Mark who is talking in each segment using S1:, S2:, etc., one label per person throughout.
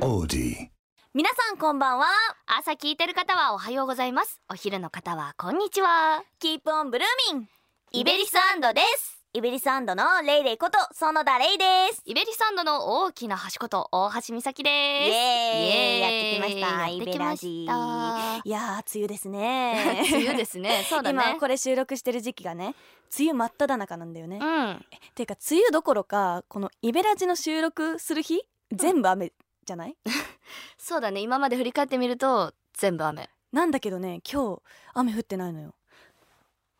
S1: Odie.
S2: 皆さんこんばんは朝聞いてる方はおはようございますお昼の方はこんにちは
S3: キープオンブルーミン
S2: イベリスアンドです
S3: イベリスアンドのレイレイこと園田レイです
S2: イベリスアンドの大きな橋こと大橋美咲
S3: イ
S2: です
S3: エーイやってきました
S2: や
S3: イ
S2: って
S3: ベ
S2: き
S3: ラ
S2: ま
S3: ジ
S2: し
S3: ー
S2: た
S3: いやー梅雨です
S2: 梅雨
S3: ね
S2: です ねそうだね
S3: 今これ収録してる時期がね梅雨真っ只中なんだよね、
S2: うん
S3: ていうか梅雨どころかこのイベラジの収録する日全部雨じゃない、
S2: そうだね今まで振り返ってみると全部雨
S3: なんだけどね今日雨降ってないのよ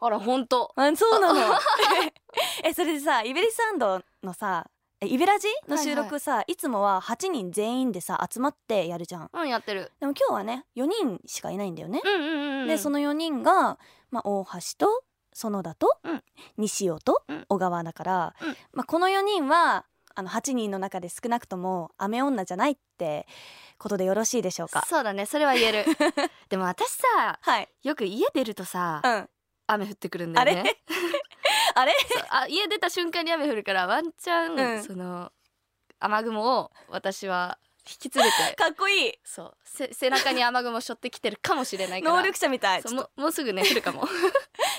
S2: あら本当
S3: あそうなの えそれでさイベリスアンドのさえイベラジの収録さ、いつもは8人全員でさ集まってやるじゃん
S2: うんやってる
S3: でも今日はね4人しかいないんだよね、
S2: うんうんうんうん
S3: でその4人が、まあ、大橋と園田と、
S2: うん
S3: 西尾と
S2: うん
S3: 小川だから、
S2: うん
S3: まあ、この4人はあの8人の中で少なくとも雨女じゃないってことでよろしいでしょうか
S2: そうだねそれは言 えるでも私さ
S3: はい、
S2: よく家出るとさ
S3: うん、あ
S2: 雨降ってくるんだよね
S3: あれ あれ
S2: そう あ家出た瞬間に雨降るからワンチャン、
S3: うん
S2: その雨雲を私は引き連れ て
S3: かっこいい
S2: そうせ背中に雨雲背負ってきてるかもしれないから
S3: 能力者みたいち
S2: そ
S3: ょっ
S2: うも
S3: と
S2: うもうすぐね来るかも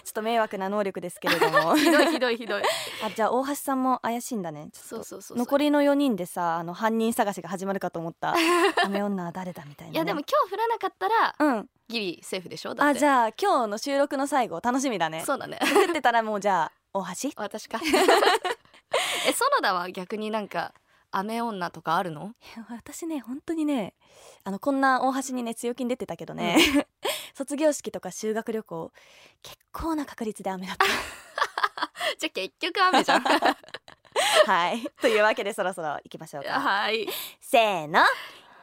S3: ちょっと迷惑な能力ですけれども
S2: ひどいひどいひどい
S3: あじゃあ大橋さんも怪しいんだねちょっと
S2: そうそうそうそう
S3: 残りの4人でさあの犯人探しが始まるかと思った 雨女は誰だみたいな、ね、
S2: いやでも今日降らなかったら
S3: うん
S2: ギリセーフでしょだ
S3: あ
S2: って
S3: じゃあ今日の収録の最後楽しみだね
S2: そうだ ね
S3: 作ってたらもうじゃあ大橋
S2: 私か え園田は逆になんか雨女とかあるの
S3: 私ね本当にねあのこんな大橋にね強気に出てたけどね、 卒業式とか修学旅行結構な確率で雨だっ
S2: じゃあ結局雨 じゃんは
S3: た はいというわけでそろそろ行きましょうか
S2: い
S3: せーの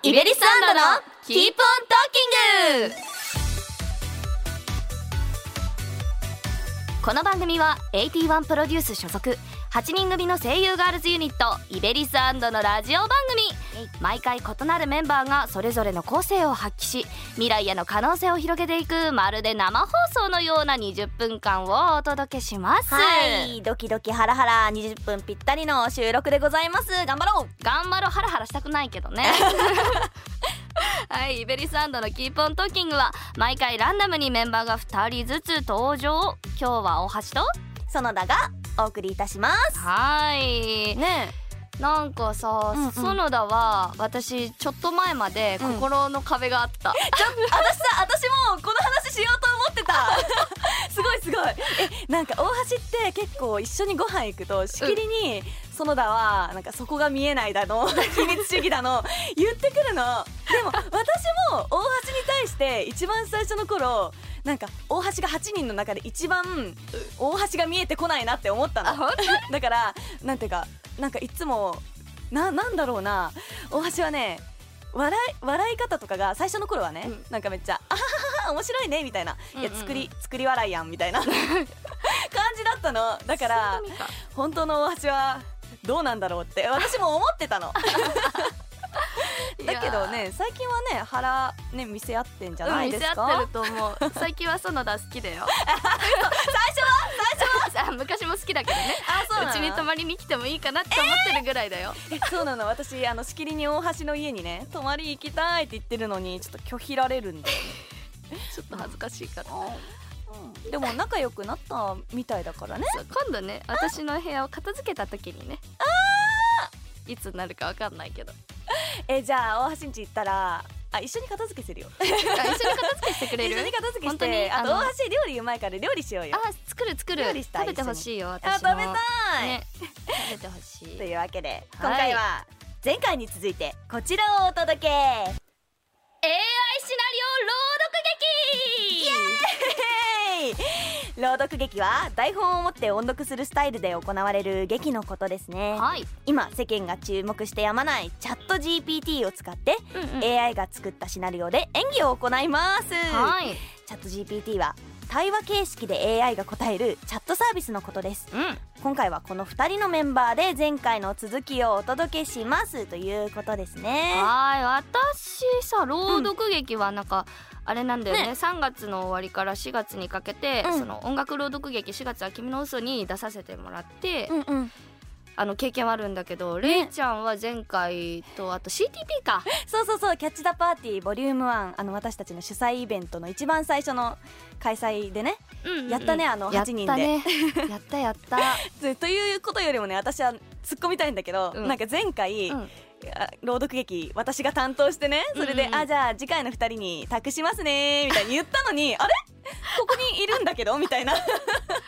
S2: イベリスアンドのキープオントーキングこの番組は81プロデュース所属8人組の声優ガールズユニットイベリスアンドのラジオ番組毎回異なるメンバーがそれぞれの個性を発揮し未来への可能性を広げていくまるで生放送のような20分間をお届けします、
S3: はいドキドキハラハラ20分ぴったりの収録でございます頑張ろう
S2: 頑張ろうハラハラしたくないけどね はいイベリスアンドのキープオントーキングは毎回ランダムにメンバーが2人ずつ登場今日は大橋と
S3: 園田がお送りいたします
S2: はい
S3: ね
S2: なんかさ、
S3: うんうん
S2: 園田は私ちょっと前まで
S3: うん
S2: 心の壁があ った、
S3: 私さ私もこの話しようと思ってた すごいすごいえなんか大橋って結構一緒にご飯行くとしきりに園田はなんかそこが見えないだ の秘密主義だの言ってくるのでも私も大橋に対して一番最初の頃なんか大橋が8人の中で一番大橋が見えてこないなって思ったの
S2: あ本
S3: だからなんていうかなんかいつもななんだろうな大橋はね笑い笑い方とかが最初の頃はね、
S2: うん
S3: なんかめっちゃ「あははは面白いね」みたいな「い
S2: うんうん
S3: や
S2: うん
S3: 作り作り笑いやん」みたいな感じだったのだから
S2: そういう意味か
S3: 本当の大橋はどうなんだろうって私も思って たのだけどね最近はね腹ね見せ合ってんじゃな
S2: うん
S3: い
S2: 見
S3: です
S2: せ
S3: か、
S2: 合ってると思う最近は園田好きだ よ最初は最 初は昔も好きだけどね
S3: あそうなの
S2: うちに泊まりに来てもいいかなって思ってるぐらいだよ、
S3: え そうなの私あのしきりに大橋の家にね泊まり行きたいって言ってるのにちょっと拒否られるんだよね
S2: ちょっと恥ずかしいから、
S3: でも仲良くなったみたいだからね
S2: そう今度ね私の部屋を片付けた時にねいつになるかわかんない けど
S3: えじゃあ大橋んち行ったらあ一緒に片付けするよ
S2: あ一緒に片付けしてくれ
S3: 一
S2: る
S3: 緒に片付けし
S2: 本当に
S3: てあ
S2: あの
S3: と大橋料理うまいから料理しようよ
S2: あ作る作る
S3: 料理した
S2: 食
S3: い
S2: べてほしいよ
S3: あ
S2: 私
S3: 食べ
S2: も
S3: たい、
S2: ね、食べて ほしい
S3: というわけで
S2: はい
S3: 今回は前回に続いてこちらをお届け
S2: AI シナリオ朗読劇
S3: イエーイ朗読劇は台本を持って音読するスタイルで行われる劇のことですね
S2: はい、
S3: 今世間が注目してやまないチャット GPT を使って、
S2: うんうん
S3: AI が作ったシナリオで演技を行います
S2: はい、
S3: チャット GPT は対話形式で AI が答えるチャットサービスのことです
S2: うん、
S3: 今回はこの2人のメンバーで前回の続きをお届けしますということですね
S2: はい私さ朗読劇はなんか、あれなんだよね
S3: ね
S2: 3月の終わりから4月にかけて、
S3: うん
S2: その音楽朗読劇「4月は君の嘘に出させてもらって、
S3: うんうん
S2: あの経験はあるんだけど、レイちゃんは前回とあと CTP か
S3: そうそうそう「キャッチ・ザ・パーティーボリューム1あの私たちの主催イベントの一番最初の開催でねやったねあの
S2: や
S3: 8
S2: った
S3: 人で
S2: ねやったや った
S3: つということよりもね私は突っ込みたいんだけど、
S2: うん
S3: なんか前回、
S2: うん
S3: あ朗読劇私が担当してねそれで、
S2: うんうんうん
S3: あじゃあ次回の2人に託しますねみたいに言ったのに あれここにいるんだけどみたいな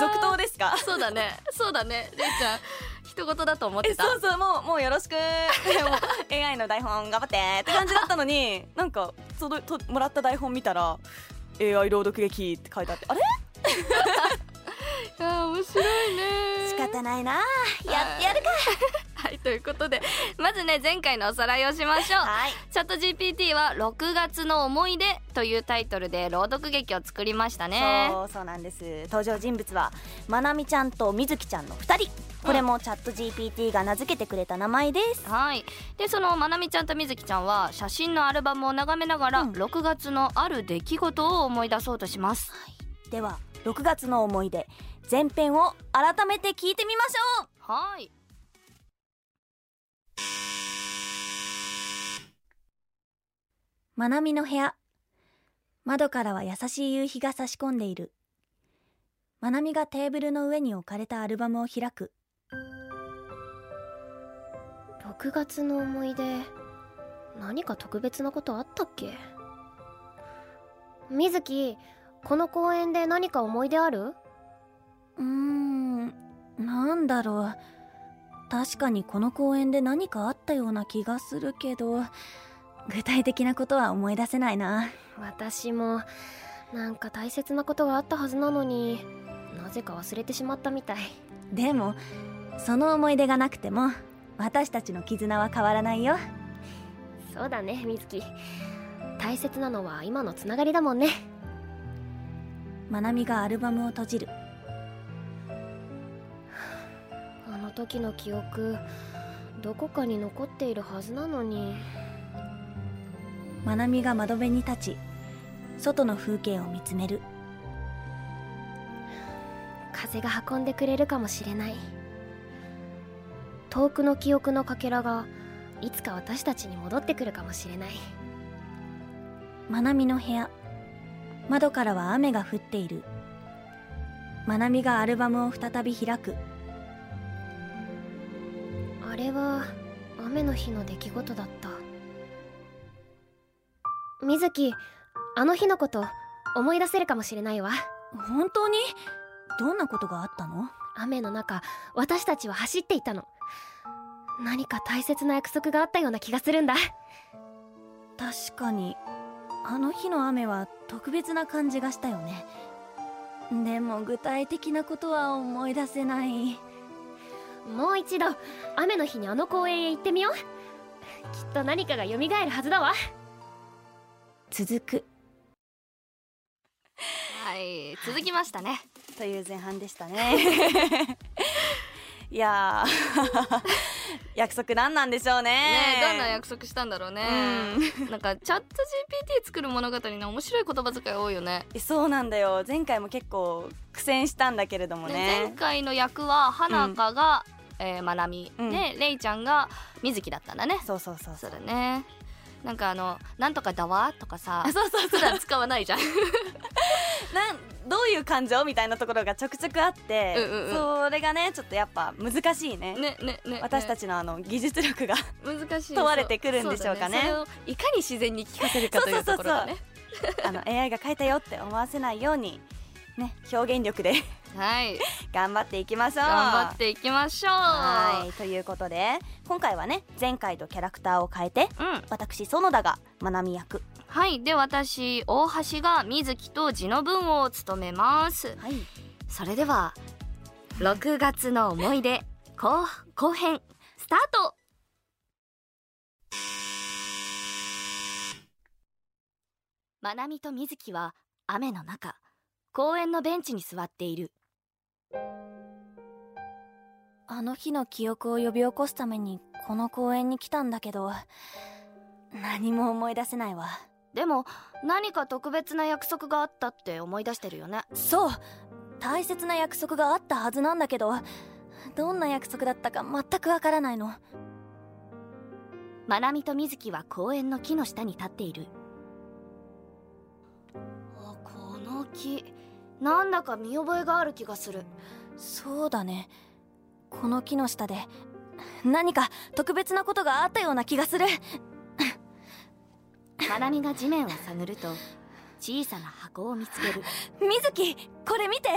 S3: 続投ですか
S2: そうだねそうだねレイちゃん一言だと思っ
S3: え
S2: てた
S3: そうそうもうもうよろしくもう AI の台本頑張ってって感じだったのになんかそのともらった台本見たら AI 朗読劇って書いてあってあれ
S2: いやー面白いね
S3: ないな
S2: やってや
S3: るか
S2: はいということでまずね前回のおさらいをしましょう
S3: はい
S2: チャット GPT は6月の思い出というタイトルで朗読劇を作りましたね
S3: そうそうなんです登場人物はまなみちゃんとみずきちゃんの2人これもチャット GPT が名付けてくれた名前です、
S2: はい、でそのまなみちゃんとみずきちゃんは写真のアルバムを眺めながら、
S3: うん
S2: 6月のある出来事を思い出そうとします
S3: では6月の思い出前編を改めて聞いてみましょう
S2: はい
S3: まなみの部屋窓からは優しい夕日が差し込んでいるまなみがテーブルの上に置かれたアルバムを開く
S1: 6月の思い出何か特別なことあったっけ水木この公園で何か思い出ある
S3: うーんなんだろう確かにこの公園で何かあったような気がするけど具体的なことは思い出せないな
S1: 私もなんか大切なことがあったはずなのになぜか忘れてしまったみたい
S3: でもその思い出がなくても私たちの絆は変わらないよ
S1: そうだね水木大切なのは今のつながりだもんね
S3: まなみがアルバムを閉じる
S1: あの時の記憶どこかに残っているはずなのに
S3: まなみが窓辺に立ち外の風景を見つめる
S1: 風が運んでくれるかもしれない遠くの記憶のかけらがいつか私たちに戻ってくるかもしれない
S3: まなみの部屋窓からは雨が降っているまなみがアルバムを再び開く
S1: あれは雨の日の出来事だった水木あの日のこと思い出せるかもしれないわ
S3: 本当にどんなことがあったの
S1: 雨の中私たちは走っていたの何か大切な約束があったような気がするんだ
S3: 確かにあの日の雨は特別な感じがしたよねでも具体的なことは思い出せない
S1: もう一度雨の日にあの公園へ行ってみようきっと何かが蘇るはずだわ
S3: 続く
S2: はい続きましたね
S3: という前半でした ねいやー 約束何なんでしょうね
S2: ねえどんな約束したんだろうね、なんかチャット GPT 作る物語の面白い言葉遣い多いよね
S3: えそうなんだよ前回も結構苦戦したんだけれども
S2: ね
S3: ね
S2: 前回の役は花香が、えーまなみ、
S3: うん
S2: でレイちゃんがみずきだったんだね
S3: そうそうそうそ
S2: そううだねなんかあの「なんとかだわ」とかさ
S3: あ そうそうそう
S2: 普段使わないじゃん
S3: なんどういう感情みたいなところがちょくちょくあって、
S2: うんうんうん
S3: それがねちょっとやっぱ難しいね
S2: ねねね
S3: 私
S2: ち
S3: たちのあの技術力 が
S2: 難しい
S3: 問われてくるんでしょうかね
S2: そだそれをいかに自然に聞かせるかというところだね
S3: あの AI が書いたよって思わせないようにね表現力で
S2: はい
S3: 頑張っていきましょう
S2: 頑張っていきましょう
S3: はいということで今回はね前回とキャラクターを変えて
S2: うん
S3: 私園田がまなみ役
S2: はいで私大橋が水木と字の文を務めます
S3: はい
S2: それでは6月の思い出後後編スタートまなみとみずきは雨の中公園のベンチに座っている
S3: あの日の記憶を呼び起こすためにこの公園に来たんだけど何も思い出せないわ
S2: でも何か特別な約束があったって思い出してるよね
S3: そう大切な約束があったはずなんだけどどんな約束だったか全くわからないの
S2: まなみとみずきは公園の木の下に立っているあこの木なんだか見覚えがある気がす る
S3: そうだねこの木の下で何か特別なことがあったような気がする
S2: まなみが地面を探ると小さな箱を見つける
S3: 水木これ見て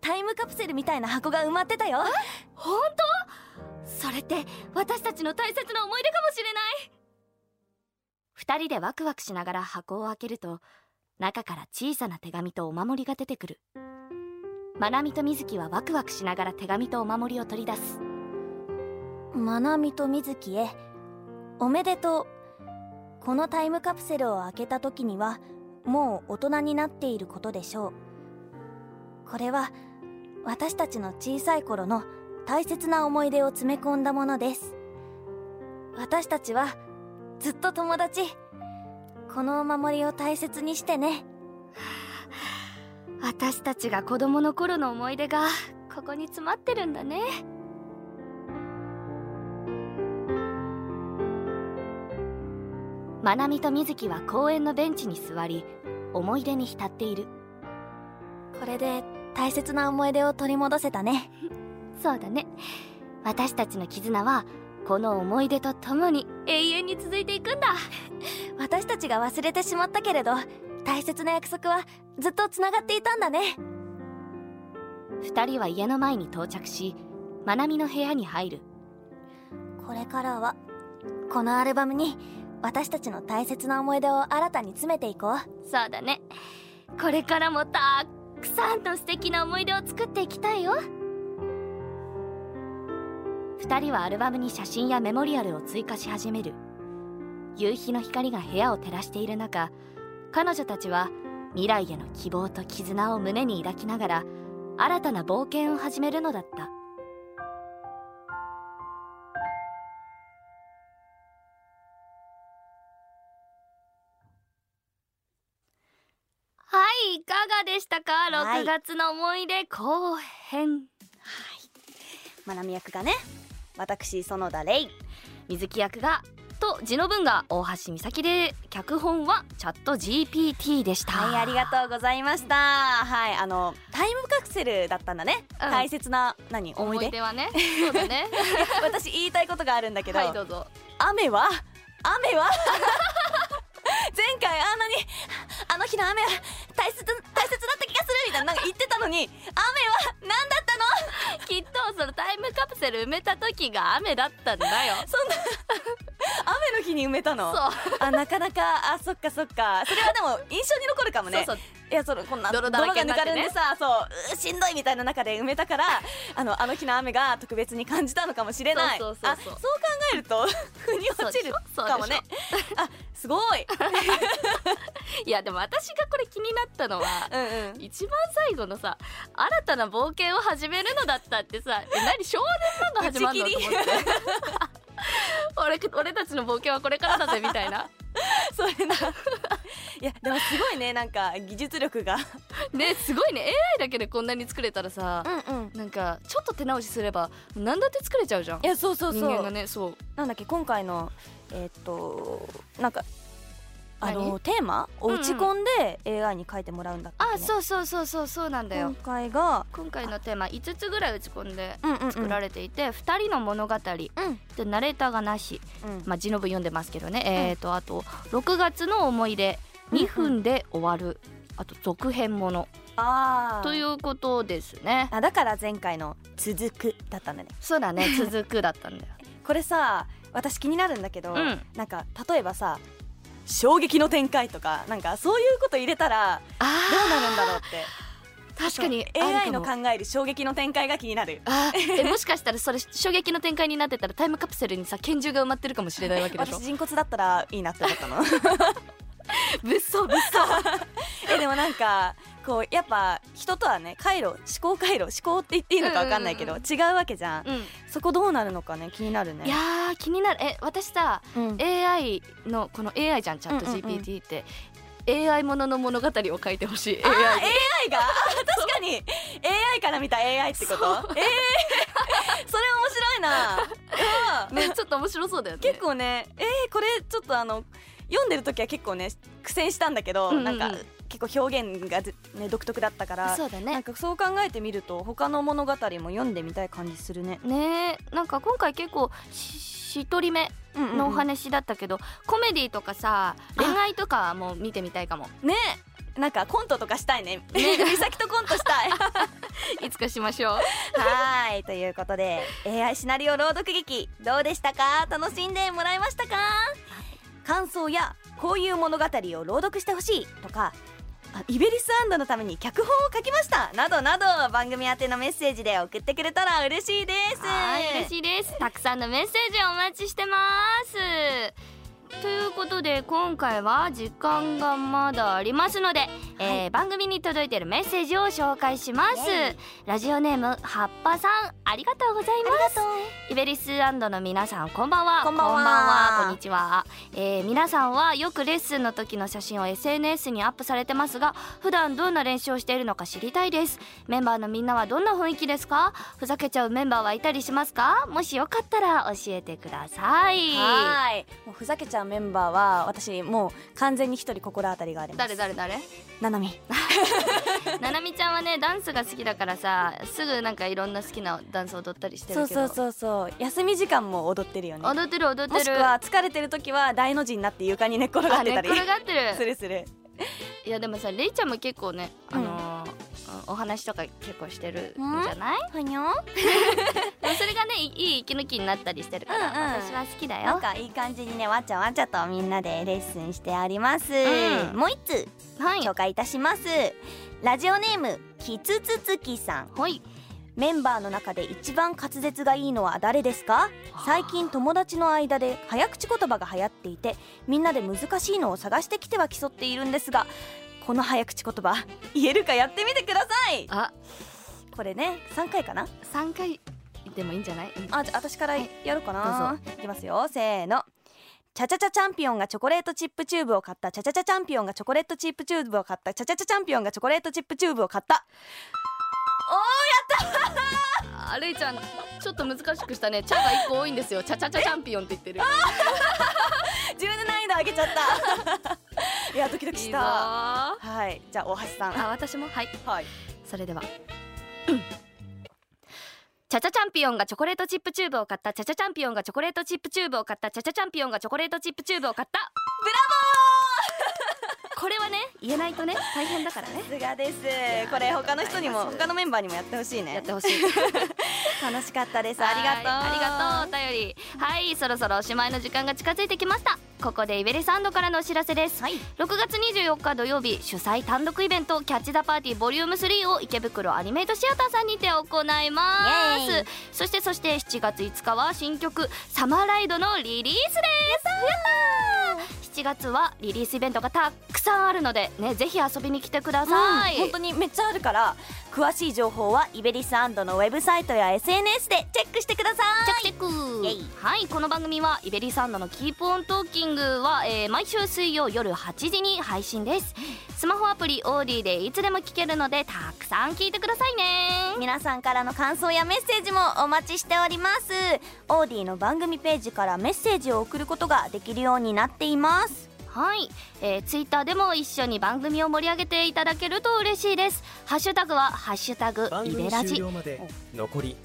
S3: タイムカプセルみたいな箱が埋まってたよ
S2: 本当それって私たちの大切な思い出かもしれない二人でワクワクしながら箱を開けると中から小さな手紙とお守りが出てくるまなみとみずきはワクワクしながら手紙とお守りを取り出す
S4: まなみとみずきへおめでとうこのタイムカプセルを開けた時にはもう大人になっていることでしょうこれは私たちの小さい頃の大切な思い出を詰め込んだものです私たちはずっと友達このお守りを大切にしてね
S2: 私たちが子供の頃の思い出がここに詰まってるんだねまなみとみずきは公園のベンチに座り思い出に浸っている
S4: これで大切な思い出を取り戻せたね
S2: そうだね私たちの絆はこの思い出とともに永遠に続いていくんだ
S4: 私たちが忘れてしまったけれど大切な約束はずっとつながっていたんだね
S2: 2人は家の前に到着しまなみの部屋に入る
S4: これからはこのアルバムに私たちの大切な思い出を新たに詰めていこう
S2: そうだねこれからもたくさんの素敵な思い出を作っていきたいよ2人はアルバムに写真やメモリアルを追加し始める夕日の光が部屋を照らしている中彼女たちは未来への希望と絆を胸に抱きながら新たな冒険を始めるのだったはいいかがでしたか
S3: はい
S2: 6月の思い出後編
S3: まなみ役がね私園田レイ
S2: 水木役がと字の文が大橋美咲で脚本はチャット GPT でした
S3: はいありがとうございましたはいあのタイムカプセルだったんだね、
S2: うん
S3: 大切な何思い出
S2: はねそうだ ね
S3: 私言いたいことがあるんだけど、
S2: うぞ
S3: 雨は雨は 前回あんなにあの日の雨は大切大切だった気がするみたいななんか言ってたのに雨は何だったの
S2: きっとそのタイムカプセル埋めた時が雨だったんだ よ
S3: 雨の日に埋めた
S2: そ
S3: の
S2: う
S3: あなかなかあそっかそっかそれはでも印象に残るかもね
S2: そうそう
S3: いやそのこんな泥
S2: 泥だら
S3: が
S2: けに
S3: ぬ
S2: なっ
S3: か
S2: てね
S3: るんでさそううーしんどいみたいな中で埋めたからあのあの日の雨が特別に感じたのかもしれない
S2: そうそうそうそう
S3: あそう考えると 腑に落ちる
S2: そうでしょそうでしょ
S3: かもねあすごい
S2: いやでも私がこれ気になったのは
S3: うんうん
S2: 一番最後のさ新たな冒険を始めるのだったってさえ何少年漫画始まるの
S3: 打ち
S2: と
S3: 切
S2: 思
S3: り
S2: って 俺俺たちの冒険はこれからだぜみたいな
S3: それないやでもすごいねなんか技術力が
S2: ねすごいね AI だけでこんなに作れたらさ、
S4: うんうん
S2: なんかちょっと手直しすれば何だって作れちゃうじゃん
S3: いやそうそう
S2: 人
S3: そ
S2: 間が
S3: う、
S2: ねそう
S3: なんだっけ今回のえーっとなんかあの
S2: 何
S3: テーマを打ち込んで AI に書いてもらうんだったっけ
S2: あ
S3: ね、
S2: そうそうそうそうそうなんだよ、
S3: 今回が
S2: 今回のテーマ5つぐらい打ち込んで
S3: うんうんうん
S2: 作られていて、2人の物語、でナレーターがなし、
S3: うん
S2: まあ、字の文読んでますけどね、えー、とあと6月の思い出2分で終わる、あと続編もの
S3: あー
S2: ということですね
S3: あだから前回の「続く」だったんだね
S2: そうだね 続くだったんだよ
S3: これさ私気になるんだけど、
S2: うん
S3: なんか例えばさ「衝撃の展開」とかなんかそういうこと入れたらどう
S2: あ
S3: なるんだろうって
S2: ー確かに
S3: そう AI の
S2: 関
S3: 考える衝撃の展開が気になる
S2: あーえもしかしたらそれ衝撃の展開になってたらタイムカプセルにさ拳銃が埋まってるかもしれないわけでしょ
S3: 私人骨だったらいいなって思った の
S2: 物騒物騒
S3: えでもなんかこうやっぱ人とはね回路思考回路思考って言っていいのか分かんないけど、
S2: うん
S3: 違うわけじゃん、
S2: うん
S3: そこどうなるのかね気になるね
S2: いやー気になるえ私さ、
S3: うん
S2: AI のこの AI じゃんチャット
S3: うんうんうん
S2: GPT って、AI ものの物語を書いてほしい AI
S3: あ AI が確かに AI から見た AI ってことえい なうん
S2: ねちょっと面白そうだよね
S3: 結構ねえー、これちょっとあの読んでる時は結構ね苦戦したんだけど、
S2: うんうんうん
S3: なんか結構表現がぜ、ね、独特だったから
S2: そうだね
S3: なんかそう考えてみると他の物語も読んでみたい感じするね。
S2: ねえなんか今回結構し一人目のお話だったけど、コメディとかさ恋愛とかも見てみたいかも
S3: ねなんかコントとかしたいね。ね 美咲とコントした い。
S2: いつかしましょう
S3: はーいということで AI シナリオ朗読劇どうでしたか楽しんでもらえましたか感想やこういう物語を朗読してほしいとかあイベリスのために脚本を書きましたなどなど番組宛てのメッセージで送ってくれたら嬉しいです
S2: はい嬉しいですたくさんのメッセージお待ちしてますということで今回は時間がまだありますので、えー番組に届いてるメッセージを紹介しますラジオネームはっぱさんありがとうございますイベリスの皆さんこんばんは
S3: こんばんは
S2: ここんにちは、えー皆さんはよくレッスンの時の写真を SNS にアップされてますが普段どんな練習をしているのか知りたいですメンバーのみんなはどんな雰囲気ですかふざけちゃうメンバーはいたりしますかもしよかったら教えてください
S3: はーいもうふざけちゃうメンバーは私もう完全に一人心当たりがあります
S2: 誰 誰誰
S3: ななみ
S2: ななみちゃんはねダンスが好きだからさすぐなんかいろんな好きなダンス踊ったりして
S3: そ
S2: る
S3: う
S2: け
S3: そ
S2: ど
S3: うそうそう休み時間も踊ってるよね
S2: 踊ってる踊ってる
S3: もしくは疲れてる時は大の字になって床に寝っ転が
S2: あ
S3: って
S2: 寝
S3: た
S2: っ
S3: り
S2: 転がってる
S3: するする
S2: いやでもさレイちゃんも結構ね、
S3: うん
S2: あのーうんお話とか結構してるんじゃない、
S4: ふにょん
S2: でもそれがねいいい息抜きになったりしてるから、
S3: うんうん
S2: 私は好きだ
S4: なん
S2: よ
S4: かいい感じにねわちゃわちゃとみんなでレッスンしてあります、
S2: うん
S4: もう一つ
S2: はい
S4: 紹介いたしますラジオネームきつつつきさん
S2: ほい
S4: メンバーの中で一番滑舌がいいのは誰ですか最近友達の間で早口言葉が流行っていてみんなで難しいのを探してきては競っているんですが
S3: この早口言葉言えるかやってみてください
S2: あ
S3: これね3回かな
S2: 三回でもいいんじゃない、うん
S3: あじゃあ私からやるか
S2: は
S3: な、いきますよせーのチャチャチャチャンピオンがチョコレートチップチューブを買ったチャチャチャチャンピオンがチョコレートチップチューブを買ったチャチャチャチャンピオンがチョコレートチップチューブを買った
S2: あレイちゃんちょっと難しくしたねチャが一個多いんですよチャチャチャチャンピオンって言ってる
S3: 自分で難易度上げちゃった いやドキドキ
S2: い
S3: し
S2: いぞー
S3: た
S2: あ
S3: はいじゃあ大橋さん
S2: 私もはい
S3: はい
S2: それではチャチャチャンピオンがチョコレートチップチューブを買ったチャチャチャンピオンがチョコレートチップチューブを買ったチャチャチャンピオンがチョコレートチップチューブを買ったブラボー これはね言えないとね大変だからね
S3: さすがですこれ他の人にも他のメンバーにもやってほしいね
S2: やってほしい
S3: 楽しかったです
S2: は
S3: あ
S2: い
S3: りがとう
S2: ありがとうお便りはいそろそろおしまいの時間が近づいてきましたここでイベリサンドからのお知らせです、6月24日土曜日主催単独イベントキャッチ・ザ・パーティーボリューム3を池袋アニメイトシアターさんにて行います
S4: イエーイ
S2: そしてそして7月5日は新曲「サマーライド」のリリースです7月はリリースイベントがたくさんあるのでねぜひ遊びに来てください、
S4: うん本当にめっちゃあるから詳しい情報はイベリスのウェブサイトや SNS でチェックしてくださ
S2: チェッ
S4: い
S2: クチェック
S4: イエイ
S2: はいこの番組はイベリサンドのキープオントーキングは、えー毎週水曜夜8時に配信ですスマホアプリオーディでいつでも聞けるのでたくさん聞いてくださいね
S4: 皆さんからの感想やメッセージもお待ちしておりますオーディの番組ページからメッセージを送ることができるようになっています
S2: はい、えー、ツイッターでも一緒に番組を盛り上げていただけると嬉しいですハッシュタグはハッシュタグ
S5: 番
S2: イベ
S5: 組
S2: ラ
S5: 終
S2: ジ
S5: 了まで残り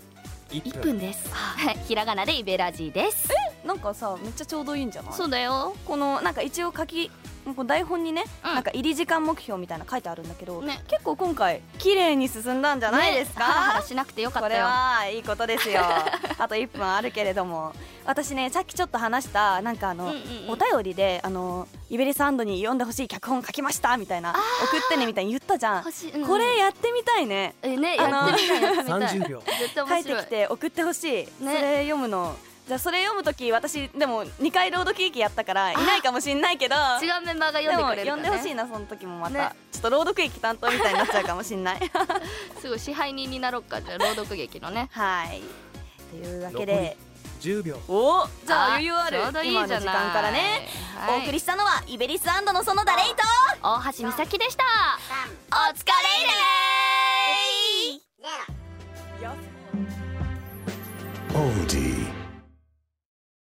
S5: 1
S2: 1
S5: 分
S2: 分ですはい ひらがなでイベラジです
S3: なんかさめっちゃちょうどいいんじゃない
S2: そうだよ
S3: このなんか一応書きこの台本にね、
S2: うん
S3: なんか入り時間目標みたいなの書いてあるんだけど、
S2: ね
S3: 結構今回綺麗に進んだんじゃないです
S2: ねハラハ
S3: か、
S2: ラしなくてよか
S3: こ
S2: った
S3: れ
S2: よ
S3: はいいことです よあと1分あるけれども私ねさっきちょっと話したなんかあの、
S2: うんうんう
S3: お
S2: ん
S3: 便りであのイベリサンドに読んでほしい脚本書きましたみたいな送ってねみたいに言ったじゃん、
S2: 欲しいうんうん
S3: こ れやってみたいね
S2: えね
S3: あの
S2: やってみたいやってみたい
S5: 30秒
S2: 絶
S3: 書
S2: 対面
S3: いて
S2: 白い
S3: きて送ってほしい、それ読むのじゃあそれ読むとき私でも2回朗読劇やったからいないかもしんないけど
S2: 違うメンバーが
S3: で
S2: 読ん
S3: も
S2: でくれる
S3: 呼
S2: か
S3: ん
S2: ら、ね、
S3: でほしいなその時もまた、
S2: ね
S3: ちょっと朗読劇担当みたいになっちゃうかもしんない
S2: すごい支配人になろっかじゃあ朗読劇のね
S3: はいというわけ
S5: 残り
S3: で
S5: 10秒
S3: おじゃあ余裕ある
S2: ちょうどいいじゃ
S3: 今の
S2: ない
S3: 時間からね、
S2: はい
S4: お送りしたのはイベリスのその誰と
S2: 大橋美咲でしたお疲れ
S6: オーディ